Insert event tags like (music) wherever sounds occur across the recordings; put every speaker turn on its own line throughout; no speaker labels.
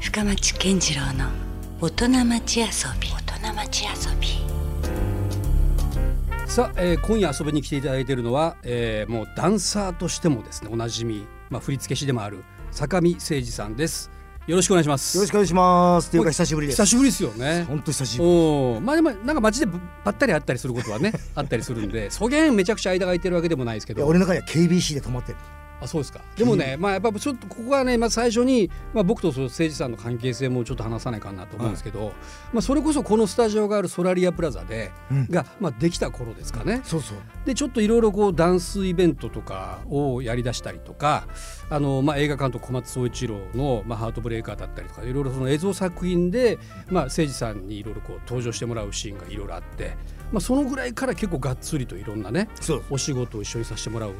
深町健次郎の大人町遊び大人町遊び
さあ、えー今夜遊びに来ていただいているのは、えーもうダンサーとしてもですねおなじみ、まあ、振付師でもある坂見誠二さんですよろしくお願いします
よろしくお願いします。というか久しぶりです。
久しぶりですよね
本当久しぶり。
おーまあでもなんか街でぶばったり会ったりすることはね (laughs) あったりするんでそげんめちゃくちゃ間が空いてるわけでもないですけ
いや
ど
俺の中には KBC で止まってる。
あそうですかでも
(laughs)
ね、まあ、やっぱちょっとここはね、まあ、最初に、まあ、僕とその誠司さんの関係性もちょっと話さないかなと思うんですけど、まあ、それこそこのスタジオがあるソラリアプラザで、
うん
が、まあ、できた頃ですかね。
そうそう。
でちょっといろいろこうダンスイベントとかをやりだしたりとかあの、まあ、映画監督小松宗一郎の「まあ、ハートブレイカー」だったりとかいろいろその映像作品で、まあ、誠司さんにいろいろこう登場してもらうシーンがいろいろあって、まあ、そのぐらいから結構がっつりといろんなね
そう。
お仕事を一緒にさせてもらう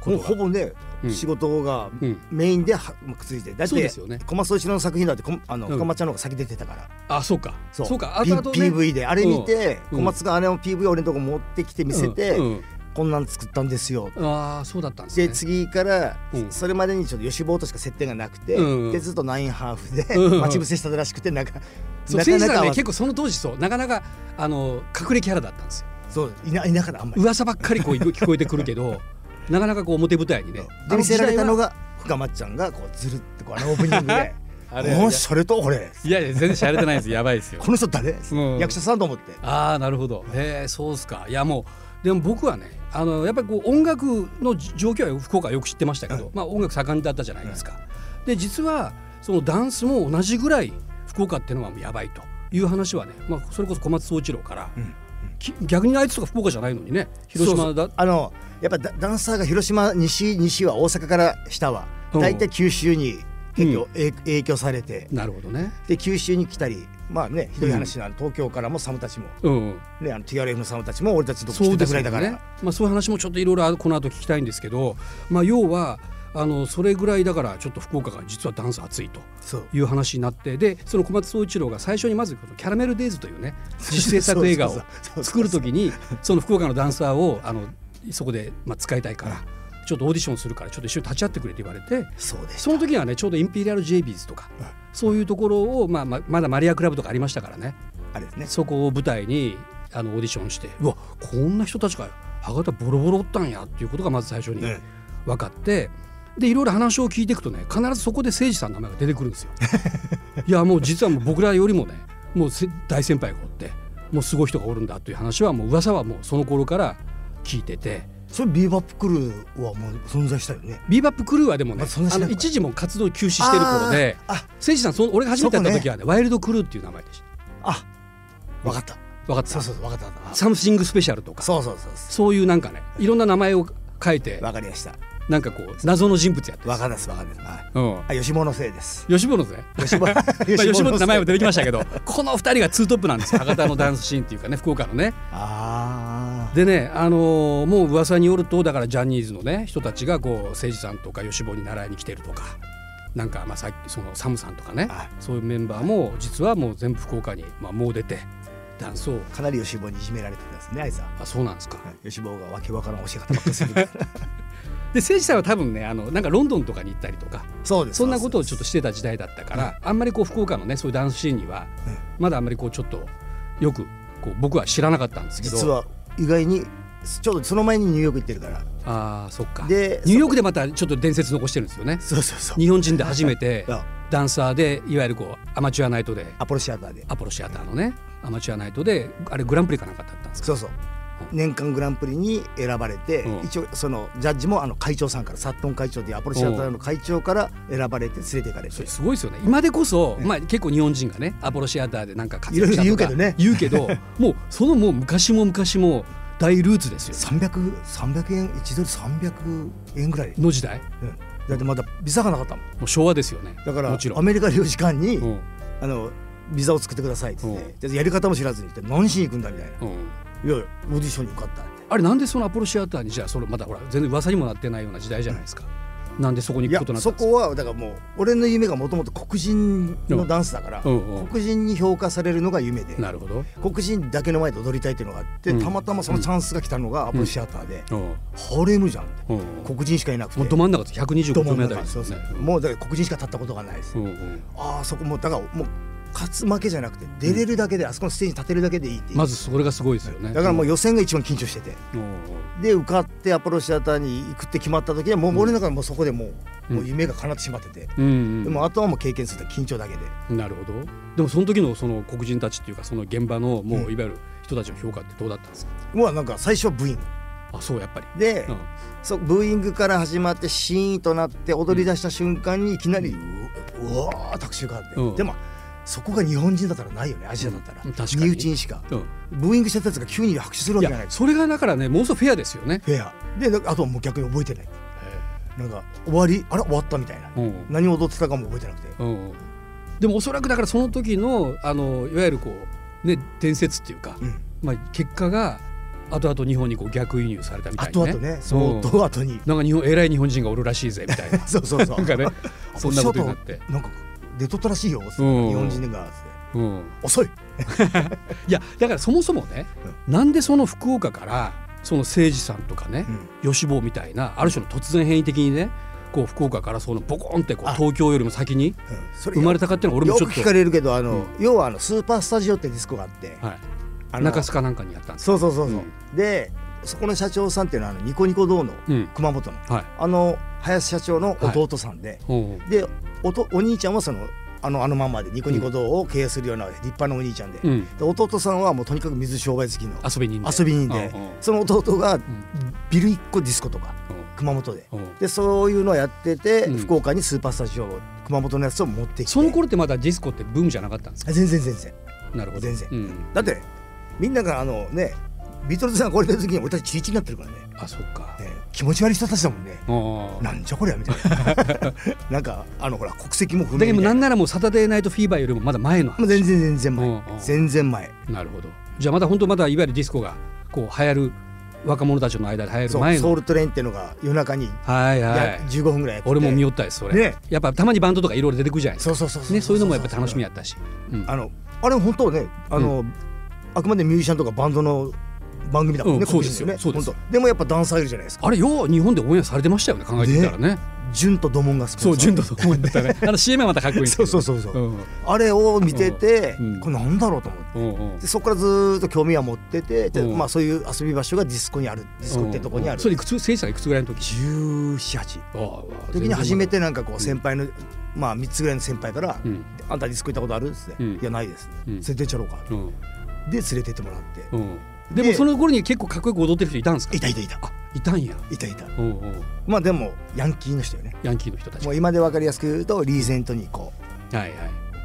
こ
も
と
う
が
ほぼね、
うん
仕事が
うん
メインではくっついて、だっ
そうで
て
すよね
小松一郎の作品だってこあの
うん
深松ちゃんの方が先出てたから。
あそうかそうかあ
P-
とあとね
PV であれ見て
うん
小松があれの PV を俺のとこ持ってきて見せて
うんうん
こんなん作ったんですよ。
ああそうだったんですね
で次から
うん
それまでにちょっと吉坊としか設定がなくて
うん
でずっとナインハーフ
う
で
ん
待ち伏せしたらしくてなんか
そう
なか
誠司
な
さん
か
ね
は
結構その当時そうなかなかあの隠れキャラだったんですよ
そういないなかったあんまり。
噂ばっかりこうい聞こえてくるけど (laughs) なかなかこう表舞台にね
で見せられたの
が
が深松ちゃんがこうずるってこうあのオープニングで
あ
あ
れ
れ
あれ
おそれと俺
いやいや全然しゃれてないですやばいです (laughs) よ
この人誰、
うん
役者さんと思って
ああなるほどへえそうっすかいやもうでも僕はねあのやっぱりこう音楽の状況は福岡はよく知ってましたけど、まあ音楽盛んだったじゃないですか、で実はそのダンスも同じぐらい福岡ってのはもうやばいという話はね、まあ、それこそ小松宗一郎から、き逆にあいつとか福岡じゃないのにね広島だ
あのやっぱダダンサーが広島西西は大阪から下は
うん
大体九州に結構え影響されて、
なるほどね
で九州に来たりまあねひどい話なの、東京からもサムたちも、
うん
ね、あの TRF のサムたちも俺たちのとこ来てたぐらいだから、
そうですよねまあ、そういう話もちょっといろいろこの後聞きたいんですけど、まあ、要はあのそれぐらいだからちょっと福岡が実はダンス熱いと
そう
いう話になってでその小松宗一郎が最初にまずこの「キャラメルデイズ」というね自主制作映画を
そうそうそう
作る時にその福岡のダンサーをあのそこでまあ使いたいからちょっとオーディションするからちょっと一緒に立ち会ってくれと言われて
そうです
その時はねちょうどインペリアル・ジェイビーズとかそういうところを、まあ、まあまだマリアクラブとかありましたからね
あれですね
そこを舞台にあのオーディションしてうわこんな人たちが博多ボロボロおったんやっていうことがまず最初に
ね
分かって、でいろいろ話を聞いていくとね必ずそこで誠司さんの名前が出てくるんです
(laughs)
よ。いやもう実はもう僕らよりもねもうせ大先輩がおってもうすごい人がおるんだという話はもう噂はもうその頃から聞いてて。
それビーバップクルーはもう存在したよね
ビーバップクルーはでもね、
まあそんな
あ
知ら
の
ない
一時も活動休止してる頃で
あーあ
誠司さんその俺が初めて会った時はねワイルドクルーっていう名前でした
あ分かった
分かった
そうそうそう分かった分かった
サムシングスペシャルとか
そうそうそうそ
そういうなんかねいろんな名前を書いて
う。わかりました。
なんかこう謎の人物やってる
わかんないです。わかんないです。はい
うん
あ、吉本のせいです。
吉本ですね
吉本。
まあ、 (laughs) 吉本の名前も出てきました
け
けどこの二人がツートップなんですよ博多のダンスシーンっていうかね福岡のね
ど。あ
でねあのーもう噂によるとだからジャニーズのね人たちがこう誠司さんとか吉本に習いに来てるとかなんかまあさっきそのサムさんとかね
はい
そういうメンバーも実はもう全部福岡にまあもう出てダンスを
あ。かなり吉本にいじめられてたんですね、あいつは。
あそうなんですか
はい吉本がわけわからん教え方ばっかりするから。
で誠司さんは多分ねあのなんかロンドンとかに行ったりとか
(laughs) そうです。
そんなこと
を。
をちょっとしてた時代だったから、あんまりこう福岡のねそういうダンスシーンには、まだあんまりこうちょっとよくこう僕は知らなかったんですけど
実は意外に、ちょうどその前にニューヨーク行ってるから。
ああそっか
で
ニューヨークでまたちょっと伝説残してるんですよね
そうそうそう。
日本人で初め
(laughs)
て
うん
ダンサーでいわゆるこうアマチュアナイトで
アポロシアターで。
アポロシアターのねアマチュアナイトであれグランプリかなんかだったんですか
そうそう。年間グランプリに選ばれて、
うん
一応そのジャッジもあの会長さんからサットン会長でアポロシアターの会長から選ばれて連れていかれ
そ
て
れすごいですよね今でこそ、まあ、結構日本人がねアポロシアターでなんか活躍
い
した
ろ
と
いろ
か言うけどもうそのもう昔も昔も大ルーツですよ
300 300円1ドル300円ぐらい
の時代
うんだってまだビザがなかったもん
もう昭和ですよね
だか
も
ら
ちろん
アメリカ領事館に、
うん
あのビザを作ってくださいって言っ
う
てでやり方も知らずに言って何しに行くんだみたいな「
うん
いやいやオーディションに受かった」って
あれなんでそのアポロシアターにじゃあそれまだほら全然噂にもなってないような時代じゃないですか、なんでそこに
い
行く
や
ことになった
そ
んです
こはだからもう俺の夢がもともと黒人のダンスだから、
かうんうん
黒人に評価されるのが夢で
なるほど、
黒人だけの前で踊りたいっていうのがあって、
うん
たまたまそのチャンスが来たのがアポロシアターで、
うん
ハレムじゃん
うん、
黒人しかいなくて
もうど真ん中です
ど
125
真
丁
ん
目あた
中
りです
そ
よ
うそう
ね
もうだから黒人しか立ったことがないです、
うんうん
ああそこもうだからもう勝つ負けじゃなくて出れるだけで、あそこのステージに立てるだけでいいっていう
まずそれがすごいですよね
だからもう
う
予選が一番緊張してて
んうん
で受かってアポロシアターに行くって決まった時にはもう俺の中でもうそこでもう,、
うん
もう夢が叶ってしまってて、
うんうん
でもあとはもう経験するって緊張だけで
なるほどでもその時のその黒人たちっていうかその現場のも
う
ういわゆる人たちの評価ってどうだったんですか、
うわなんか最初はブーイング
あそうやっぱり、
で、
うん
そうブーイングから始まってシーンとなって踊り出した瞬間にいきなりううわー拍手があって、
うん
でもそこが日本人だったらないよねアジアだったら、
うん確かに
身内にしか
うん、
ブーイングしたやつが急に拍手するわ
い
けじゃない
やそれがだからねものすごくフェアですよね、
フェアでなんかあとはもう逆に覚えてないなんか終わりあれ終わったみたいな、
うん
何を踊ってたかも覚えてなくて
うん、でもおそらくだからその時のあのいわゆるこうね伝説っていうか、
うん
まあ、結果が後々日本にこう逆輸入されたみたいな、
後
ね、
々ね相
うん
当後に、 (laughs)
なんか日本偉い日本人がおるらしいぜみたいな
そうそうそう
なんかね
あ
そんなことになって、
なんか出とったらしいよ、日
うん
本人がっつって
うん、
遅い
いやだからそもそもね、なんでその福岡からその誠司さんとかね、吉坊みたいなある種の突然変異的にねこう福岡からそのボコンってこう
あ
東京よりも先に
そ
生まれたかっていうのは俺
よ
もち
く
ょっと
聞かれるけどあの、要はあのスーパースタジオってディスコがあって、
は
あ
い、
の
中須かなんかにやったんです
そうそうそうそう、
う
でそこの社長さんっていうのはあのニコニコ堂の
うん
熊本の
はい
あの林社長の弟さんで、
おう
でおとお兄ちゃんはそのあのあのまんまでニコニコ堂を経営するような立派なお兄ちゃんで,、
うん、
で弟さんはもうとにかく水商売好きの
遊び人で
遊び人で、
うんうん
その弟がビル一個ディスコとか熊本で。
うんうん
でそういうのをやってて、
うん
福岡にスーパースタジオを熊本のやつを持ってきて
その頃ってまだディスコってブームじゃなかったんですか
あ全然全然
なるほど
全然
うん、
だってみんながあのねビートルズさんが来れた時に俺たちチリチリになってるからね
あそっか
ね気持ち悪い人たちだもんね
ああ
なんじゃこりゃみたいな
(laughs)
なんかあのほら国籍も
だ
不明
けど
みた
ないん
な
ならもうサタデーナイトフィーバーよりもまだ前の
もう全然全然前、
うんうん
全然前
なるほどじゃあまだ本当まだいわゆるディスコがこう流行る若者たちの間で流行る
そう
前
ソウ
の
ルトレインっていうのが夜中にや、
はいはい
15分ぐらいやってて
俺も見よったですそれ、
ね
やっぱたまにバンドとかいろいろ出てくるじゃないです
そ
か
うそうそうそう
ね、そういうのもやっぱ楽しみやったし、うん、
あのあれ本当ねあの、あくまでミュージシャンとかバンドの番組だもんね、
うん
黒人ね
そうですよそうです
本当でもやっぱダンサーいるじゃないですか
あれよう日本でオンエアされてましたよね考えてみたらね
純と土門がスポンサー
そう純度と思ったねあの CM はまたかっこいいんですけ
そ
ど
うそうそうそう、
うん
あれを見てて、
うん
これなんだろうと思って
うんうん
でそこからずーっと興味は持っててで、
うん
まあ、そういう遊び場所がディスコにあるディスコってとこにあ
うん
る、
それいくつ誠司さんいくつぐらいの時
1718
ああああ
時に初めてなんかこう先輩の、まあ3つぐらいの先輩から「
うん
あんたディスコ行ったことある?」っつって、
うん
いやないです」
うん
連れてっちゃろうか」
うん
で連れてってもらって、
うんでもその頃に結構かっこよく踊ってる人いたんですか
いたいたいた
あいたんや
いたいた
うんうん
まあでもヤンキーの人よね
ヤンキーの人たち
も
は
う
い
今で分かりやすく言うとリーゼントにこ
はい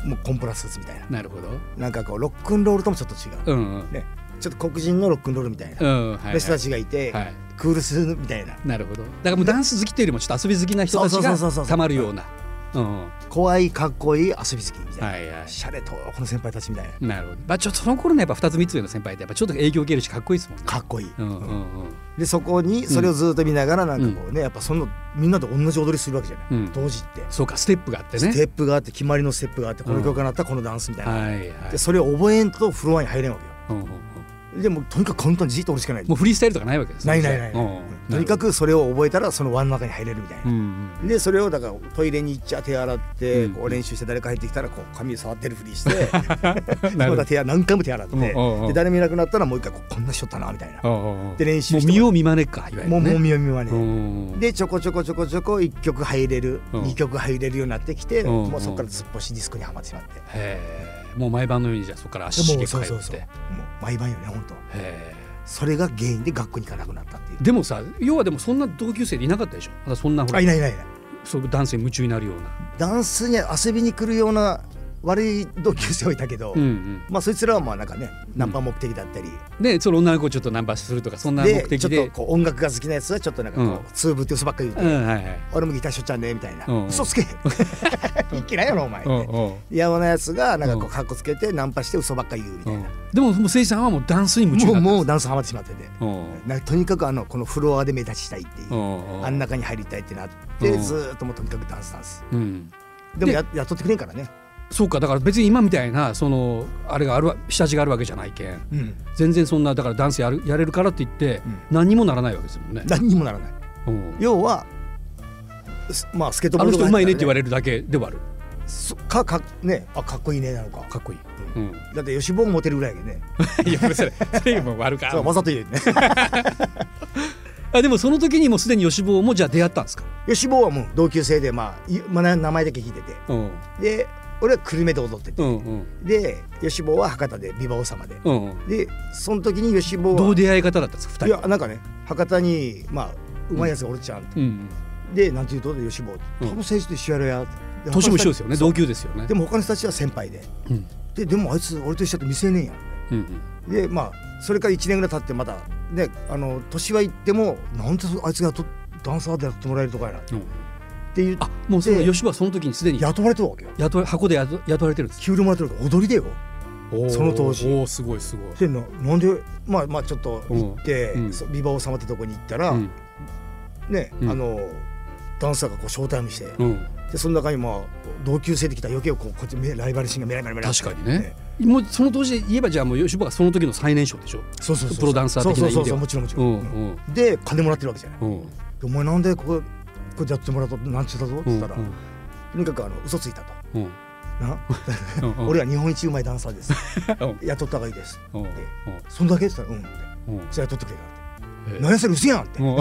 う
もうコンプラスーツみたいな
なるほど
なんかこうロックンロールともちょっと違う、
うんうん
ね、ちょっと黒人のロックンロールみたいな、
うんはいはい
の人たちがいて、
はい
クールスみたいな
なるほどだからもうダンス好きというよりもちょっと遊び好きな人たち
そうそうそうそ
が
うそう
たまるようなうんは
怖いかっこいい遊び好きみたいな、
いはい
シャレとこの先輩たちみたいな
なるほどまあちょっとその頃のやっぱ2つ3つ上の先輩ってやっぱちょっと影響受けるしかっこいいですもんね
かっこいい、
うんうん
でそこにそれをずっと見ながらなんかこうね、やっぱそのみんなと同じ踊りするわけじゃない、
うん
同時って、
そうかステップがあってね
ステップがあって決まりのステップがあってこの曲が鳴ったらこのダンスみたいな、
はいはい
でそれを覚えんとフロアに入れんわけ
うんうんうん
よでもうとにかく簡単にじっと踊るしかない
もうフリースタイルとかないわけですね
ないないない、
う
ない
んうん
とにかくそれを覚えたらその輪の中に入れるみたい
うん
な、
うん
でそれをだからトイレに行っちゃ手洗って、
うん
こう練習して誰か入ってきたらこう髪触ってるふりして
(laughs) なるほ
ま
ど
た手洗何回も手洗って、
うんうんうん
で誰もいなくなったらもう一回こうこんなしとったなみたいな、で練習
も
し
う
て
見よう見まねかいわゆるね
もうもみよみまね、
うん
でちょこちょこちょこちょこ1曲入れる、
うん
二2曲入れるようになってきて、
うん
もうそこからずっぽしディスコにはまってしまって、
へえもう毎晩のようにじゃあそこから足しげ
でも
く
う
通
そ
っ
う
て
そうそうもう毎晩よね本当
へ
それが原因で学校に行かなくなったっていう
えでもさ要はでもそんな同級生でいなかったでしょまだそんなほ
あ
ら
いないいないいない
そういうダンスに夢中になるような
ダンスに遊びに来るような悪い同級生はいたけど、
うんうん
まあそいつらはまあなんかねナンパ目的だったり、
でその女の子をちょっとナンパするとかそんな目
で
的で
ちょっとこう音楽が好きなやつはちょっとなんかこう、
うん
ツーブって嘘ばっかり言う
う
て、
んはいはい
俺もギターしょっちゃうねみたいな、
うん
嘘つけいけないやろお前、
うんうん
やわなやつがなんかこ
う
うんかっこつけてナンパして嘘ばっかり言うみたいな、
でももう誠司さんはもうダンスに夢中に
も
な
う
った
もうダンスハマってしまってて、
うん
なんかとにかくあのこのフロアで目立ちたいっていう、
うんうん
あん中に入りたいってなって、
うん
ずーっともうとにかくダンスダンス
うん
でもや雇ってくれんからね、
そうかだから別に今みたいなそのあれがあるわ下地があるわけじゃないけん
うん、
全然そんなだからダンスやるやれるからって言って、
うん
何にもならないわけですもんね。
何にもならない
うん
要はすまあスケートボ
あ
ー
の
ド
人うまいねって言わ
れ
れるだけではある
かかねあかっこいいねなのか
かっこいい。う
う
ん、
だって吉本モテるぐらいやけどね
(laughs) いやそれそれも悪か
そうわざと言うよね (laughs)
あでもその時にもうすでに吉坊もじゃあ出会ったんですか、
吉本はもう同級生でまあいまあ名前だけ聞いてて
うん、
で俺は久留米で踊ってて、
うんうん
で吉坊は博多で美馬王様で、
うんうん
でその時に吉坊
どう
は
出会い方だったんですか
い
二人
やなんかね博多にまあうまいやつがおるちゃん、
うん
でなんて言うと吉坊
うん
多分選手と一緒やろやで
年も一緒です
よ
よね同級ですよね
でも他の人たちは先輩で
うん
ででもあいつ俺と一緒だと未成年やん
うん
でまあそれから1年ぐらい経ってまたねあの年はいってもなんであいつがとダンサーでやってもらえるとかやなっ
うんうん
て言って
あもうその吉坊はその時にすでに
雇われてるわけよ
雇わ箱で雇雇われてるんです
給料もらってるから踊りでよ
おー
その当時
おーすごいすごい、
でななんでまあまあちょっと行って、
うん
そうビバ王様ってとこに行ったら、
うん
ね、
うん
あのダンサーがこうショータイムして、
うん、
でその中にまあ同級生できたら余計こうこっちめライバル心がメラメラメラって
確かにねもうその当時で言えばじゃあもう吉坊がその時の最年少でしょ
そうそうそう
プロダンサー的な意
そう
味で
そうそう
は
もちろんもちろ、
うんんうん
で金もらってるわけじゃない
うんうん
でお前なんでここここでやってもらうとなんちゅうだぞ
う
って言
ん
ったら、とにかくあの嘘ついたと
うん
な、
うんうん
俺は日本一うまいダンサーです雇った方がいいです
うんうん
そんだけって言ったらうんって
うんうん
それ雇ってくれたって
ええ
何やそれ嘘やんって
も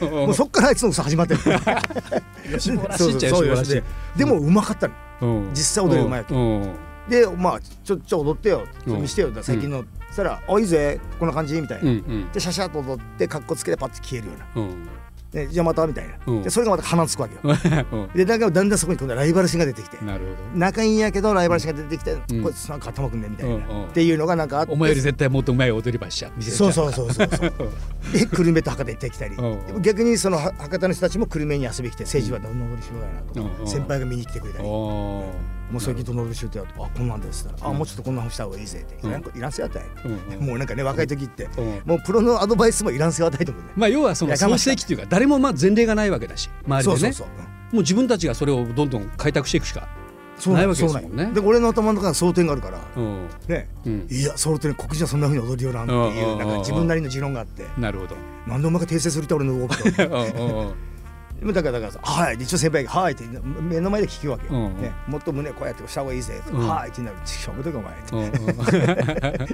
う
もうそっからあいつの嘘始まっ
(laughs)
てる
吉本らしいっちゃ吉
そうそう
本らしい
ででもうまかったの
うん
実際踊りうまいわけ
うんうん
でまあちょちょ踊ってよちょっ
う
と
ん
見してよ最近の、そしたら「あいいぜこんな感じ」みたいな、
うん
でシャシャっと踊ってかっこつけてパッと消えるよう
う
な
んうん
でじゃあまたみたいな、
うん
でそれがまた鼻つくわけよ、
うん
でだんだんだんだんそこに今度はライバル心が出てきて
なる
仲いいんやけどライバル心が出てきて、
ん
こいつなんか頭くんねみたいな、
うんうん
っていうのがなんかあっ
ほど
て
お前より絶対もっとうまい踊り場しちゃ見せちゃ
そうそうそうそうそう
(laughs)
で久留米と博多行ってきたり、
うんうん
逆にそのは博多の人たちも久留米に遊びに来て政治はどんな踊りしようやなとか、
うんうん
先輩が見に来てくれたり、
おー
もう最近どんな踊りしようってやるとあこんなんですって言ったら、あもうちょっとこんなふうにした方がいいぜって、
うん
いらんこいらんせやったんや
うんうん
もうなんかね若い時って、
うん
もうプロのアドバイスもいらんせやったいと思うね、
まあ要はその
やかま
創
しか
世
った
記というか誰もまあ前例がないわけだし周
そ
りで
うそ
ね
うそううん
もう自分たちがそれをどんどん開拓していくしか
そう
ないわけですもんね
そうなで俺の頭の中に争点があるから、
うん
ね、
うん
いやその点黒人はそんなふうに踊りよなんてい
うんうんうんう
うんなんか自分なりの持論があって
なるほど
なんでお前が訂正するって俺の動き
(laughs)
と
うんうん
でもだからだからさはい」で一応先輩が「はい」って目の前で聞くわけよ、
うんうん
ね、もっと胸こうやってした方がいいぜ、
うん
はい」ってなる「ちょめとけお前」って
う、ん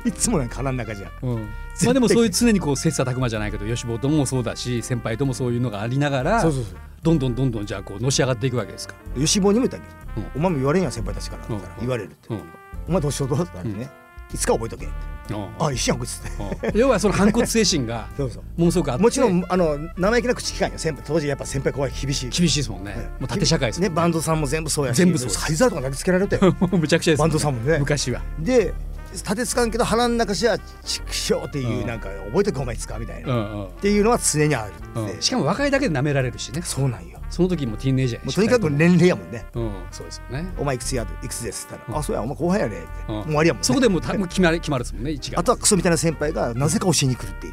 いつもなんか腹の中じゃん
うんうんまあでもそういう常にこう切磋琢磨じゃないけど吉坊ともそうだし先輩ともそういうのがありながら
そうそうそう
どんどんどんどんじゃあこうのし上がっていくわけですか
吉坊にも言ったけど、
うん
お前も言われんやん先輩たちから」って
うん
言ったら言われるって「
うん
お前どうしようどう?」ってなるね、いつか覚えとけ」って
うん
「あ一緒やんこいつ」って
うん要はその反骨精神が
そうそう
ものすごくあって
もちろんあの生意気な口利かんよ先輩当時やっぱ先輩怖い厳しい
厳しいですもんね
はい
もう縦社会ですも
ね
ん
バンドさんも全部そうやし
全部そうです
サイザーとか投げつけら
(laughs)
れて
むちゃくちゃですも
バ
ん
ンドさんもね
昔は
で立てつかんけど腹の中じゃちくしょうっていううんなんか覚えてくお前つかみたいうなっ
ん
ていうのは常にある
うん
って
うんしかも若いだけで舐められるしね
そうなんよ
その時もティーンエイジャー
も
や
う
し
とにかく
二人
年齢やもんね
ともうんそうですよね
お前いくつやいくつですって言った
うん
らあそうやお前後輩やねって
うん
もう終わりやもんね
そこでもうたもう決まる決まるですもんね一が
あとはクソみたいな先輩がなぜか教えに来るってい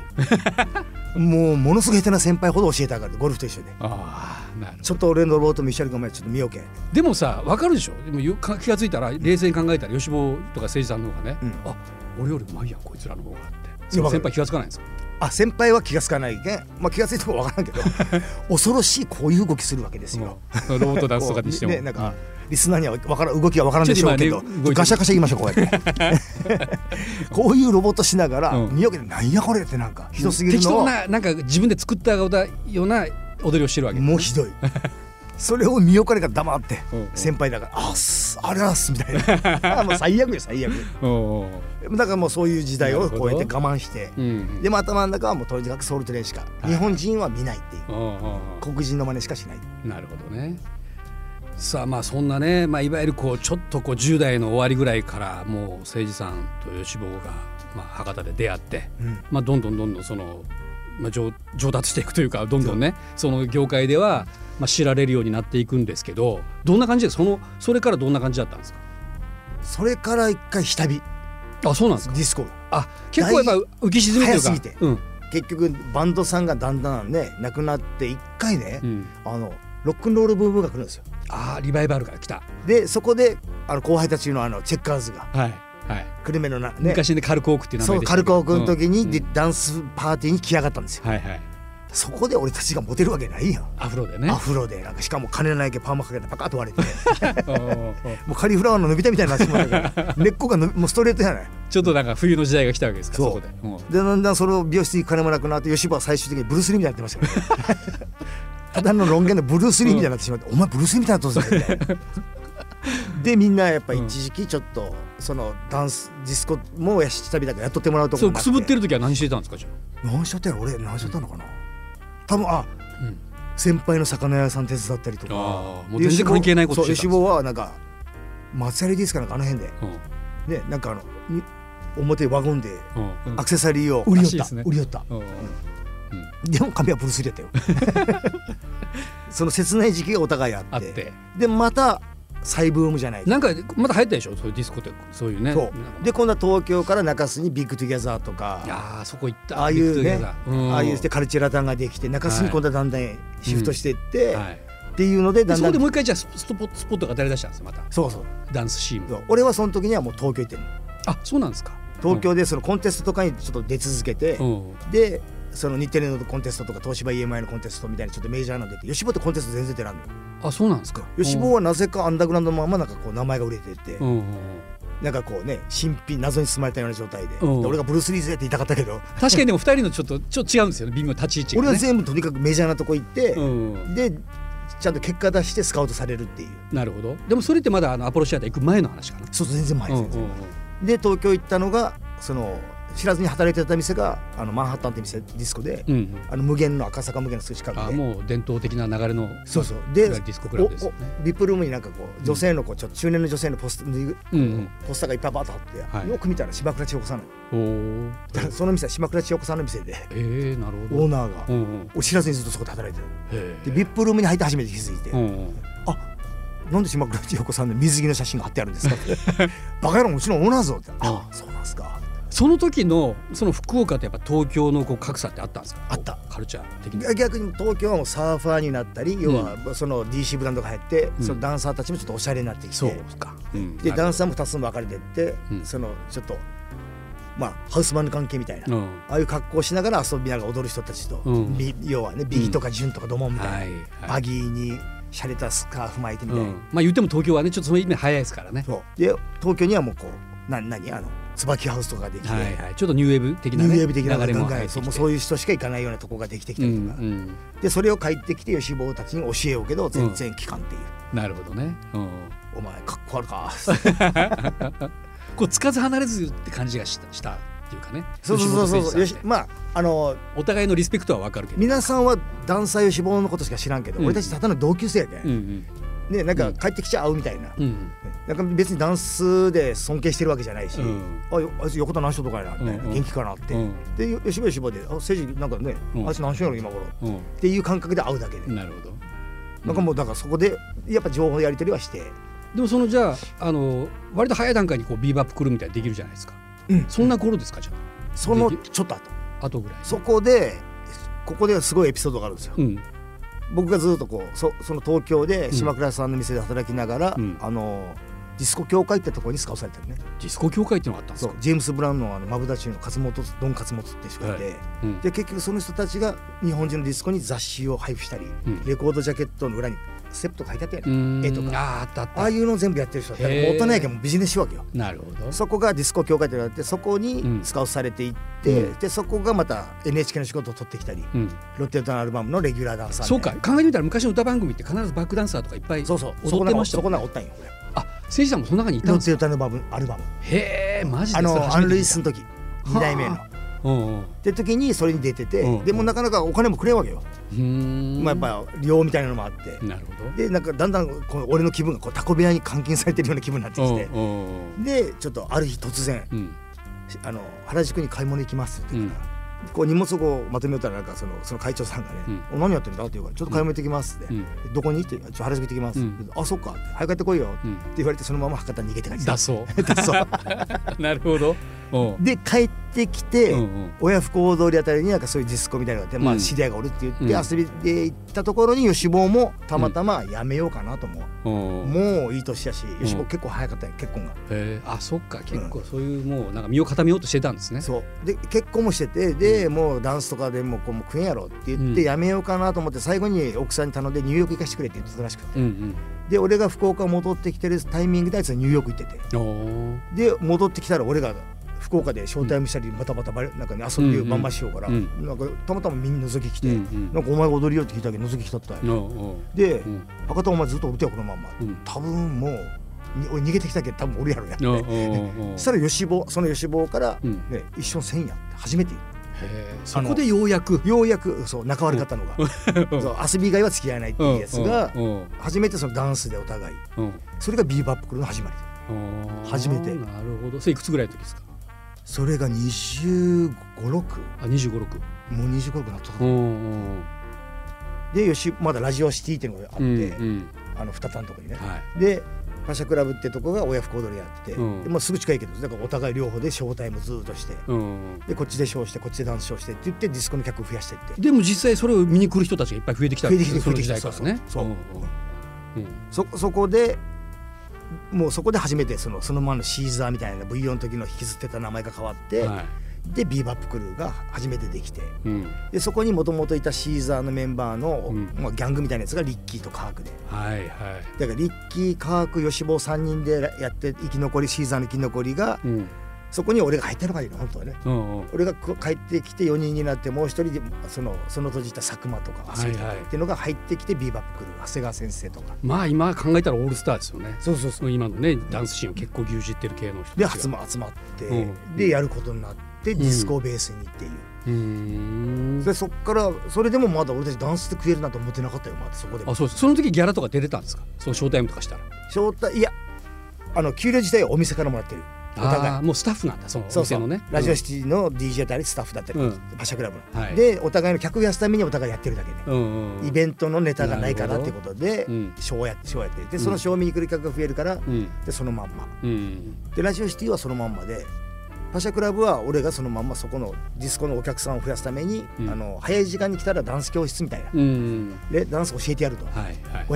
うもうものすごい下手な先輩ほど教えたがるゴルフと一緒で
ああなるほど
ちょっと俺のロボートミシャルがお前ちょっと見ようけ
でもさ分かるでしょでもよか気が付いたら冷静に考えたら吉坊とか誠司さんの方がね、
うん
あ俺よりうまいやんこいつらの方がって
い
そ
やわ
の先輩
かる
気が付かないんですか
あ先輩は気がつかないけん、まあ、気がついてもわからんけ
(laughs)
ど恐ろしいこういう動きするわけですよ。
うん (laughs) ロボットダンスとかにしても、
こうね、なんかリスナーにはわからん動きはわからんでしょうけ
ちょ
ど、
っと今ね動いてる
ガシャガシャいきましょうこうやって
(laughs)
こういうロボットしながら、
うん
見よけてなんやこれってなんかひどすぎる
適
の
当
を
ななんか自分で作ったような踊りをしてるわけ
もうひ
(laughs)
どいそれを見よかれが黙って、
うんうん
先輩だから「あっすあれあっす」みたい
(laughs)
なあもう最悪よ最悪
おうおう
だからもうそういう時代
な
を
るほど
こうやって我慢して、
うんうん
でも頭の中はもうとにかくソウルトレインしか、
はい
日本人は見ないっていう
おうおうおう
黒人の真似しかしない
なるほどねさあまあそんなね、まあ、いわゆるこうちょっとこう10代の終わりぐらいからもう誠司さんと吉坊が、まあ、博多で出会って、
うん
まあ、どんどんどんどんその、まあ、上上達していくというかどんどんねその業界では、まあ、知られるようになっていくんですけどどんな感じでそのそれからどんな感じだったんですか
それから一回下火デ
あそうなんですか
ィスコが
あ結構やっぱ浮き沈みというか
早すぎて
うん
結局バンドさんがだんだんねなくなって一回ね、
うん、
あのロックンロールブームが来るんですよ
あーリバイバルから来た
でそこであの後輩たちのあのチェッカーズが
はいはい
久留米のな、ね、
昔ねカルコークっていう名
そ
前
う
で
カルコー君の時に、
うん
でダンスパーティーに来やがったんですよ
はいはい
そこで俺たちがモテるわけないやん
アフロでね
アフロでなんかしかも金ないけパーマかけてパカッと割れて
おーおー
もうカリフラワーの伸びたみたいになってしまったから根っこがのもうストレートじゃない
ちょっとなんか冬の時代が来たわけですか
そう
そこで、うん
でだんだんそれを美容室に金もなくなって吉は最終的にブルース・リーみたいになってましたから
(laughs)
ねただの論言のブルース・リーみたいになってしまって、お前ブルース・リーみたいになっとるぜ
(laughs)
みたいなでみんなやっぱ一時期ちょっとそのダンスディスコもやし旅だからやっとってもらうとこ
そう
ろ
くすぶって
る
る時は何してたんですかじゃ
何しちゃったやろ俺何しちゃったのかな多分あ
あ、うん、
先輩の魚屋さん手伝ったりとか
あーもう全然関係ないこと
そう
してた
吉
んです
坊はなんか松屋レディースかなんかあの辺でねなんかあのに表ワゴンで
うんうん
アクセサリーを
うん
売り
らしい
寄
で
っ
す
た、
ね
売り寄った
うん
でも髪はブルース・リー
(laughs)
だったよその切ない時期がお互いあって
あって
でまた再ブームじゃない
なんかまた流行ったでしょそういうディスコってそういうね
そうで今度は東京から中洲にビッグトゥギャザーと
い
か
やーそこ行った
ああいう
ビッグトゥ
ね
ギャザーん
ああいうしてカルチェラタンができて中洲に今度はだんだんシフトしていって、
はい
っていうので
で
だん
そ
だ
こ
ん
でもう一回じゃあススポスポットが当たり出したんですよまた
そうそう
ダンスシーン
そ
が
う俺はその時にはもう東京行ってる
あそうなんですか
東京でそのコンテストとかにちょっと出続けて、
うん
でその日テレのコンテストとか東芝 EMI のコンテストみたいにちょっとメジャーなの出て吉坊ってコンテスト全然出らんのよ
あそうなんですか
吉坊はなぜかアンダーグラウンドのままなんかこう名前が売れてて、
うんうんうん
なんかこうね新品謎に包まれたような状態で,で、
うん
俺がブルース・リーズやって言いたかったけど
確かにでも二人のちょっとちょっと違うんですよね微妙な立ち位置が
俺
ね
は全部とにかくメジャーなとこ行って、
うん
でちゃんと結果出してスカウトされるっていう
なるほどでもそれってまだあのアポロシアター行く前の話かな
そうそう全然前
う
で
ん
す、
うんうん
で東京行ったのがその知らずに働いてた店があのマンハッタンって店ディスコで、
うんうん
あの無限の赤坂無限のすぐ近くで
あもう伝統的な流れの
そうそう
いわ
で
ゆるディスコクラブですよね
おおビップルームになんかこう女性のこうちょっと中年の女性のポストぬいぐ
うん
ポスターがいっぱいバーッと貼って、
はい
よく見たら島倉千代子さんな
う
の
んおお
だからその店は島倉千代子さんの店で
えー、なるほど
オーナーが、
うんうん
お知らずにずっとそこで働いてる
へ
で
ー
ビップルームに入って初めて気づいて、
うんうん
あなんで島倉千代子さんの水着の写真が貼ってあるん
(laughs)
ですかってバカ野郎うちのオーナーぞってあそうなんすか
その時のその福岡とやっぱ東京のこう格差ってあったんですか
あった
こうカルチャー的に
逆に東京はもうサーファーになったり要はその DC ブランドが入って、
うん
そのダンサーたちもちょっとおしゃれになってきて、
そうか、うん、
で
な
ダ
る
ンサーも多数も分かれてって、
うん
そのちょっとまあハウスマンの関係みたいな、
ほど
ああいう格好をしながら遊びながら踊る人たちと、
うん
ビ要はねビギとかジュンとかドモン
うん
みたいな、
はいは
バ
い
ギーに洒落たスカーフ巻いてみ
う
たいな、
ん、まあ言っても東京はねちょっとその意味で早いですからね
そうで東京にはもうこうな何あの椿ハウスとかができて、
はいはいちょっとニューウェーブ的な、
ニュ
ね、
ーウェーブ的な
流れも
ガンガン
入ってき
そ
て
うもうそういう人しか行かないようなとこができてきた
う
り
ん
とか、
うん
でそれを帰ってきて吉坊たちに教えようけど全然聞かんっていう、
なるほどね、うん、
お前かっこ悪か
こうつかず離れずって感じがしたしたっていうかね
(laughs) そうそうそう
吉
そう
本
よ
選手
し
さんって
まああの
お互いのリスペクトはわかるけど、
皆さんはダンサー吉坊のことしか知らんけど、
うん
俺たちただの同級生やけん、
うん
ねなん
う
か
ん
帰ってきちゃうみたいな、
うんうん
なんか別にダンスで尊敬してるわけじゃないし、
うん
あよあいつ横田何しととかやなみたいな、
うんうん
元気かなって、
うん
でよ吉坊は吉坊で「あ政治なんかね、
うん
あいつ何しとんやろ今頃」っ
うん
ていう感覚で会うだけで、
うんなるほど
なんかもうだからそこでやっぱ情報のやり取りはして、
でもそのじゃああの割と早い段階にこうビーバップ来るみたいにできるじゃないですか
うん
そんな頃ですかじゃ
そのちょっと後
ああとぐらい
そこでここですごいエピソードがあるんですよ、
うん
僕がずっとこうそその東京で島倉さんの店で働きながら、
うん
あのディスコ協会ってところにスカウトされてるね、
ディスコ協会っていうのがあったんです
そう
か
ジェームス・ブラウンのあのマブダチの勝本ドン勝本って人がいて、
はうん
で結局その人たちが日本人のディスコに雑誌を配布したり、
うん
レコードジャケットの裏にセプト書いてあったや、
うんん
絵とか
あーあったあった
ああいうのを全部やってる人だから
へー
もう大人やけんもうビジネスしわけよ
なるほど
そこがディスコ協会ってなってそこにスカウトされていって、
う
でそこがまた NHK の仕事を取ってきたり、
うん
ロッテルトのアルバムのレギュラーダンサー
そう
みた
か
いな
考えてみたら昔の歌番組って必ずバックダンサーとかいっぱい
そうそうそ
踊
こ
って
なん
ま
か
した
そ
も
こ
ん
なん
ね
かおったんよ俺
あ誠司さんもその中にいた
ロ
ん
ッ
です
テルトのアルバムアルバム
へえマジで
あ
それ
の
初
ア
め
ン
て見
ルイ
た
スの時2代目の
はうんうん
って時にそれに出てて、
うん
でもなかなかお金もくれんわけよ、
うーん
まあ、やっぱ利用みたいなのもあって、
なるほど
でなんかだんだんこの俺の気分がこうタコ部屋に監禁されてるような気分になってきて、
うんうん
でちょっとある日突然
うん
「あの原宿に買い物行きます」って言ったら、こう荷物をこうまとめよったらなんかそのその会長さんがね「お何やってんだ?」って言うから「ちょっと買い物行ってきます」って、
うん
どこに?」って「ちょっと原宿行ってきます」
うん
あそっか」早く帰ってこいよ」っ
う
て
ん
言われてそのまま博多に逃げて帰ってきた
だそう
だそう
(laughs) なるほどお
で帰ってきて、
うんうん
親不孝通りあたりになんかそういうディスコみたいなのがあって、ま
う
あ、
ん
知り合いがおるって
うん
言って遊びで行ったところに吉坊もたまたまやめようかなと思う、
お
もういい年やし吉坊
うん
結構早かったよ結婚が、
へえあそっか結構そういうもうなんか身を固めようとしてたんですね
そうで結婚もしててで、もうダンスとかでもうこうもう食えんやろって言っ
う
て
ん
やめようかなと思って最後に奥さんに頼んでニューヨーク行かしてくれって言ってたらしくて
うん
で俺が福岡戻ってきてるタイミングであいつはニューヨーク行ってて
うんおー
で戻ってきたら俺が福岡でショータイムしたりまたまたバレなんかね遊びをバンバンしようから、
うん
なんかたまたまみんな覗き来
う
て、
んうん
なんかお前が踊りよって聞いたけど覗き来たったよ、
おーお
で、
ー
博多お前ずっとおるてよこのまんま、
うん
多分もうに俺逃げてきたけど多分俺やろや、
うんおーおーおー
(laughs) そしたら吉坊その吉坊から、
うん
ね、一緒にせんやって初めて
へえそこでようやく
ようやくそう仲悪かったのが、そう遊び以外は付き合えないっていうやつが、
うんうん
初めてそのダンスでお互い
うん
それがビーバップクルーの始まり
うんおー
初めて
なるほどそれいくつぐらいの時ですか
それが2 5 6
あ二十五六
もう2 5 6になったと
おー
こ
おー
で吉まだラジオシティっていうのがあって、
うんうん
あの二田のとこにね、
はい
でパシャクラブってとこが親不孝踊りやってて、
うん
でもうすぐ近いけどだからお互い両方で招待もずーっとして、
うん
でこっちでショーしてこっちでダンスショーしてって言ってディスコの客を増やしていって
でも実際それを見に来る人たちがいっぱい増えてきたんですね
増えてきて
その時代からね。
そうそう
うん
そそこでもうそこで初めてそのそのままのシーザーみたいな V4 の時の引きずってた名前が変わって、
うんはい。
でビーバップクルーが初めてできて
うん
でそこにもともといたシーザーのメンバーの、
うん
まあ、ギャングみたいなやつがリッキーとカークで
はいは
だからリッキーカーク吉坊3人でやって生き残りシーザーの生き残りが
い。うん
そこに俺が入ったのがいいの本当はね
うんうん
俺がこ帰ってきて4人になってもう一人でそのその当時いた佐久間とか
はい
浅
はい
木とかっていうのが入ってきてビーバップ来る長谷川先生とか
まあ今考えたらオールスターですよね。
そうそう
その今のねダンスシーンを結構牛耳ってる系の人
で
たち
集
が。
ま集まって、
うん
でやることになってディスコをベースにっていう、
うーん
でそっからそれでもまだ俺たちダンスで食えるなんて思ってなかったよまだそこで
あそうです。その時ギャラとか出れたんですか。そのショータイムとかしたら。
招待いやあの給料自体はお店からもらってるお
あ
互
ー
い
もうスタッフなんだそのお
そう
店
そう、
のね。
ラジオ
し
シティの DJ だりスタッフだったり、
うん
馬車クラブの、
はい
でお互いの客増やすためにお互いやってるだけで、
うんうん
イベントのネタがないからってことで、
どうん
ショーやってショーやってで
ん
そのショー見に来る客が増えるから、
うん
でそのまんま
うん
でラジオシティはそのまんまでパシャクラブは俺がそのまんまそこのディスコのお客さんを増やすために、
うん
あの早い時間に来たらダンス教室みたいな、
うん
でダンス教えてやると、
はい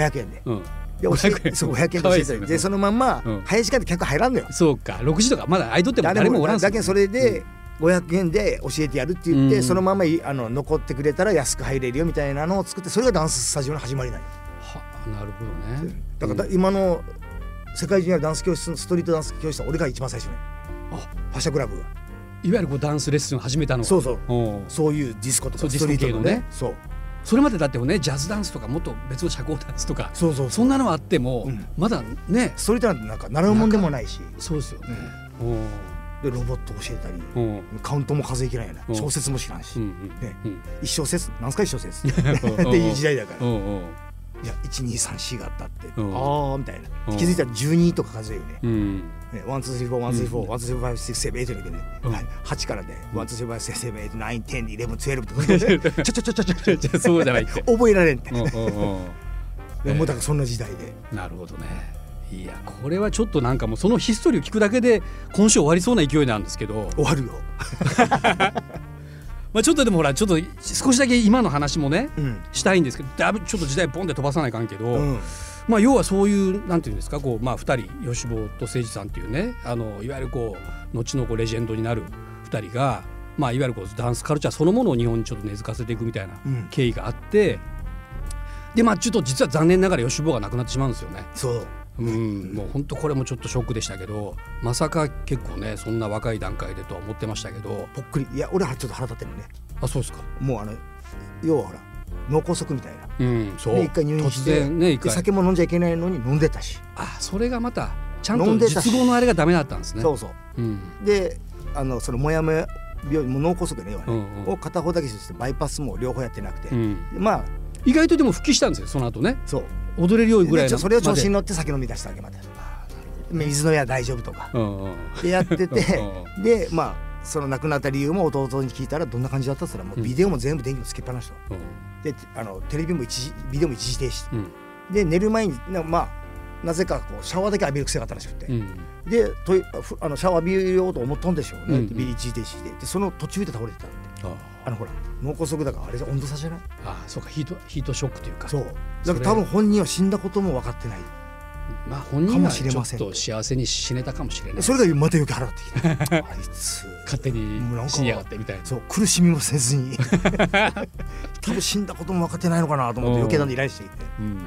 はい。
500円で。
うん
で教え
500円
そう500円で
か
教
わいいで
えて
す
や
ね
るでそのまんま、
うん
早い時間で客入らんのよ
そうか六時とかまだアイドっても誰もおらんす
だ
よ
けどそれで
うん
500円で教えてやるって言って、
うん
そのまんまいあの残ってくれたら安く入れるよみたいなのを作ってそれがダンススタジオの始まりなんよ
はなるほどね。
だからだ今の世界中にあるダンス教室のストリートダンス教室は俺が一番最初ね
あ
パシャクラブが
いわゆるこうダンスレッスンを始めたのが
そうそう
うん
そういうディスコと
そう
かストリートのね
ディス
そう
それまでだってねジャズダンスとかもっと別の社交ダンスとか
そうそう
そんなのはあっても、
うん
まだね
ストリートなんてなんか習うもんでもないし
そうですよね。
でロボット教えたり
うんうん
カウントも数えきらんやな
うん
小説も知らんし、
うん
(laughs) ね
うん
一小節何すか一小節っていう時代だか
う
ら
んうん
いや1234があったって
うん
ああみたいな
うん
気づいたら12とか数えよね
うん
ね、ワンツースリーフォーワンツーフォーワンツースリーファイブシックセブンエイトだけで、
うん
はい、8からねワンツースリーファイブシックセブンエイトナインテンイレブンツエルブとかねちょちょちょちょちょち
じ
ょ
ゃあそうじゃない
(laughs)
って。
覚えられんって、
うんうんうん
でもうだからそんな時代で
なるほどね。いやこれはちょっとなんかもうそのヒストリーを聞くだけで今週終わりそうな勢いなんですけど、
終わるよ、
まあ、ちょっとでもほらちょっと少しだけ今の話もね、
うん
したいんですけどだいぶちょっと時代ボンで飛ばさないかんけど、
うん
まあ、要はそういうなんていうんですかこう、まあ、2人吉坊と誠司さんっていうねあのいわゆるこう後のこうレジェンドになる2人が、まあ、いわゆるこうダンスカルチャーそのものを日本にちょっと根付かせていくみたいな
うん
経緯があって、でまあちょっと実は残念ながら吉坊が亡くなってしまうんですよね。
そう
うん、もう本当これもちょっとショックでしたけどまさか結構ねそんな若い段階でとは思ってましたけど
ぽっくりいや俺はちょっと腹立ってるのね
あそうですか
もうあの要はほら脳梗塞みたいな
うんそう
で一回入院
突
して
然ね一
で
回
酒も飲んじゃいけないのに飲んでたし、
あそれがまたちゃん
飲
と
んでたし
実語のあれがダメだったんですね
そうそう
うん
であのそのモヤモヤ病もう脳梗塞ね要はね、
うんうん
を片方だけ手術してバイパスも両方やってなくて、
うん
でまあ
意外とでも復帰したんですよその後ね
そう
踊れるようにぐらい
でちょそれを調子に
の
乗って酒飲み出したわけまた水の家は大丈夫とか
うんうん
でやってて
(laughs) う
でまあその亡くなった理由も弟に聞いたらどんな感じだったっつったらもうビデオも全部電気もつけっぱなしと、
うん
であのテレビも一時ビデオも一時停止
うん
で寝る前になまあなぜかこうシャワーだけ浴びる癖があったらしくて、
うん
でトイふあのシャワー浴びようと思ったんでしょうね、
うん
ビリ一時停止ででその途中で倒れてたって
あ
あのほら脳梗塞だからあれ温度差じゃない
あそうかヒートヒートショックというか
そう
それ
だから多分本人は死んだことも分かってない
まあ本
か
人
も
は
し
ち
れ
ょ
ま
っ
せん
と幸せに死ねたかもしれない
それがまた余計払ってきたあいつ
勝手に
もうなんか
死にやがってみたいな
そう苦しみもせ
(laughs)
ずに多分死んだことも分かってないのかなと思って
うん
余計なんで依頼してきて
うん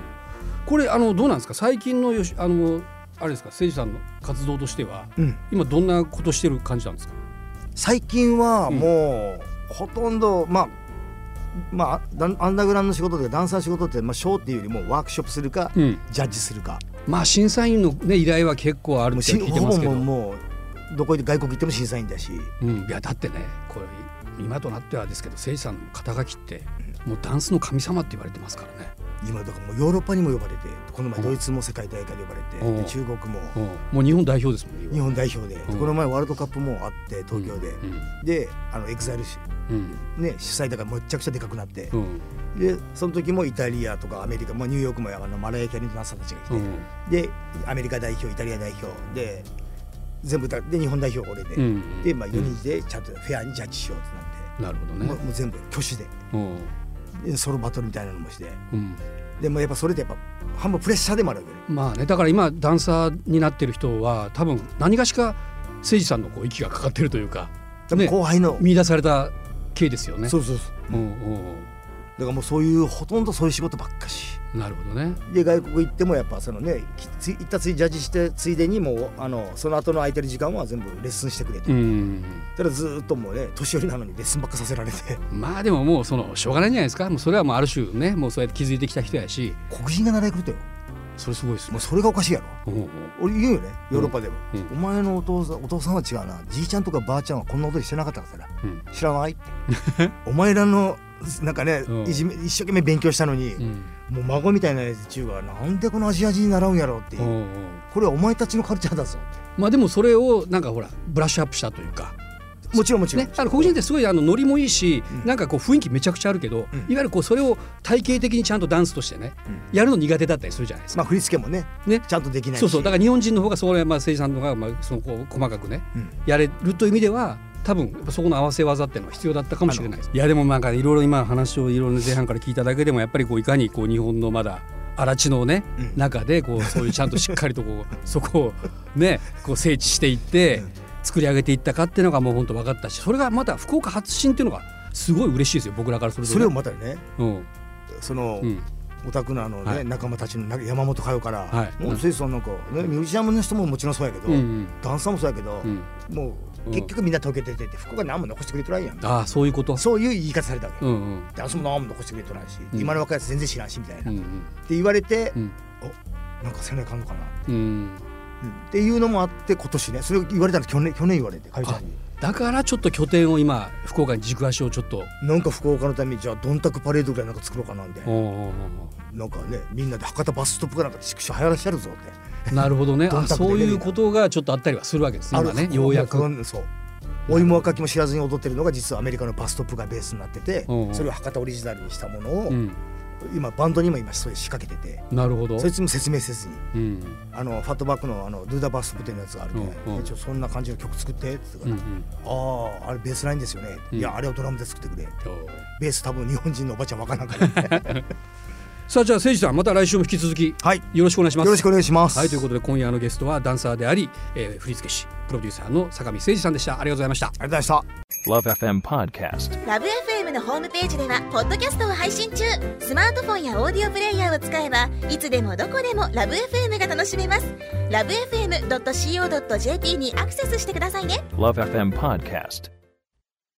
これあのどうなんですか最近のよしあのあれですか誠司さんの活動としては
うん
今どんなことしてる感じなんですか
最近はもうほとんどまあまあダンアンダーグラウンドの仕事でダンサーの仕事ってまあショーっていうよりもワークショップするか
うん
ジャッジするか
まあ審査員のね依頼は結構ある
も
っ
う
て
し
聞いて
ほ
ま
ぼ
すけ
も
ど
うもうどこへ外国行っても審査員だし
うんいやだってねこれ今となってはですけど誠司さんの肩書きってもうダンスの神様って言われてますからね
今だからもうヨーロッパにも呼ばれてこの前ドイツも世界大会で呼ばれて
うん
で中国も
うんもう日本代表ですもんね
日本代表でで
うん
この前ワールドカップもあって東京でであのエグザイル
うん
ね主催だからめちゃくちゃでかくなって
うんうん
でその時もイタリアとかアメリカ、まあ、ニューヨークもあのマライア・キャリーのダンサーたちが来て、
うん
でアメリカ代表イタリア代表で全部だで日本代表俺で、
うん
で、まあ、4人でちゃんとフェアにジャッジしようってな
な
って、
るほど
もう
ね
もう全部挙手で
うん
でソロバトルみたいなのもして
うん
でもやっぱそれでやっぱ半分プレッシャーでもあるわけね
まあねだから今ダンサーになってる人は多分何がしか誠司さんのこう息がかかってるというか、
多分
ね、
後輩の、
見出された系ですよね。
そうそうそ
うん
う
うん
だからもうそういうほとんどそういう仕事ばっかし
うんなるほどね。
で外国行ってもやっぱそのねきつい行ったついジャッジしてついでにもうあのその後の空いてる時間は全部レッスンしてくれと
うん
ただずーっともうね年寄りなのにレッスンばっかさせられて
まあでももうそのしょうがないんじゃないですかもうそれはもうある種ねもうそうやって気づいてきた人やし
黒人が習い来るとよ
それすごいです
も
ね
う。それがおかしいやろ
うんうん
俺言うよねヨーロッパでも、
うん
お前のお父さんお父さんは違うなじいちゃんとかばあちゃんはこんな踊りしてなかったから
うん
知らないって
(laughs)
お前らのなんかね、
うん
いじめ一生懸命勉強したのに、
うん
もう孫みたいなやつ中がなんでこのアジア人に習うんやろうっていうう、
んうん
これはお前たちのカルチャーだぞ
まあでもそれをなんかほらブラッシュアップしたというか
もちろんもちろん、
ね、あの黒人ってすごいあのノリもいいし、
うん
なんかこう雰囲気めちゃくちゃあるけど、
うん
いわゆるこうそれを体系的にちゃんとダンスとしてね、やるの苦手だったりするじゃないですか。
まあ振り付けもね
ね
ちゃんとできないし
そうそうだから日本人の方がそれはまあ誠司さんの方がまあそのこう細かくね
うん
やれるという意味では多分やっぱそこの合わせ技っていうのは必要だったかもしれないですいやでもなんかいろいろ今話をいろいろ前半から聞いただけでもやっぱりこういかにこう日本のまだ荒地のね、
うん
中でこうそういうちゃんとしっかりとこう (laughs) そこをねこう整地していって作り上げていったかっていうのがもう本当分かったしそれがまた福岡発信っていうのがすごい嬉しいですよ僕らからすると
そ
ね、
れをまたね
うん
その、
うん
オタクのあの、ね
はい
仲間たちの中山本佳代から、
はい
もうついそのなんか、ね、ミュージシャンの人ももちろんそうやけど、
うんうん
ダンサーもそうやけど、
うんう
もうん結局みんな溶けててて福岡何も残してくれとらんやん、
ああそういうこと
そういう言い方されたわけ、
うんうん
ダンスも何も残してくれとらんし、
うん
今の若いやつ全然知らんしみたいな、
うん
っ
うん
て言われて、
うん
おなんか背中あんのかな、
うん
うんっていうのもあって今年ねそれを言われたの去年去年言われて佳代ちゃんに
だからちょっと拠点を今福岡に軸足をちょっと
なんか福岡のためにじゃあどんたくパレードぐらいなんか作ろうかなんで、
おうおうおう
なんかねみんなで博多バスストップかなんか縮小流行らしてやるぞって
(laughs) おうなるほどね
どん
あ
たくで
そう
ね
いうことがちょっとあったりはするわけですね今ねようやく。
くそうお芋若きも知らずに踊ってるのが実はアメリカのバストップがベースになってて、
うんうん
それを博多オリジナルにしたものを、
うん、
今バンドにも今それ仕掛けてて
なるほど
そいつも説明せずに
うん
あのファットバックのあのドゥーダバストップっていうやつがあるんで、
うんうん
ちょそんな感じの曲作ってって
うんう
言うから、
ん
あああれベースラインですよね、
うん
いやあれをドラムで作ってくれ
おう
ベース多分日本人のおばちゃんわからんから
(laughs) さあじゃあ誠司さんまた来週も引き続き
はい
よろしくお願いしま
よ
す。
ろしくお願いします、
はいということで今夜のゲストはダンサーであり、えー、振付師プロデューサーの坂見誠二さんでしたありがとうございました。
ありがとうございました
Love FM Podcast.
ラブ f m のホームページではポッドキャストを配信中スマートフォンやオーディオプレイヤーを使えばいつでもどこでもラブ f m が楽しめますラブ FM.co.jp にアクセスしてくださいね
Love FM Podcast.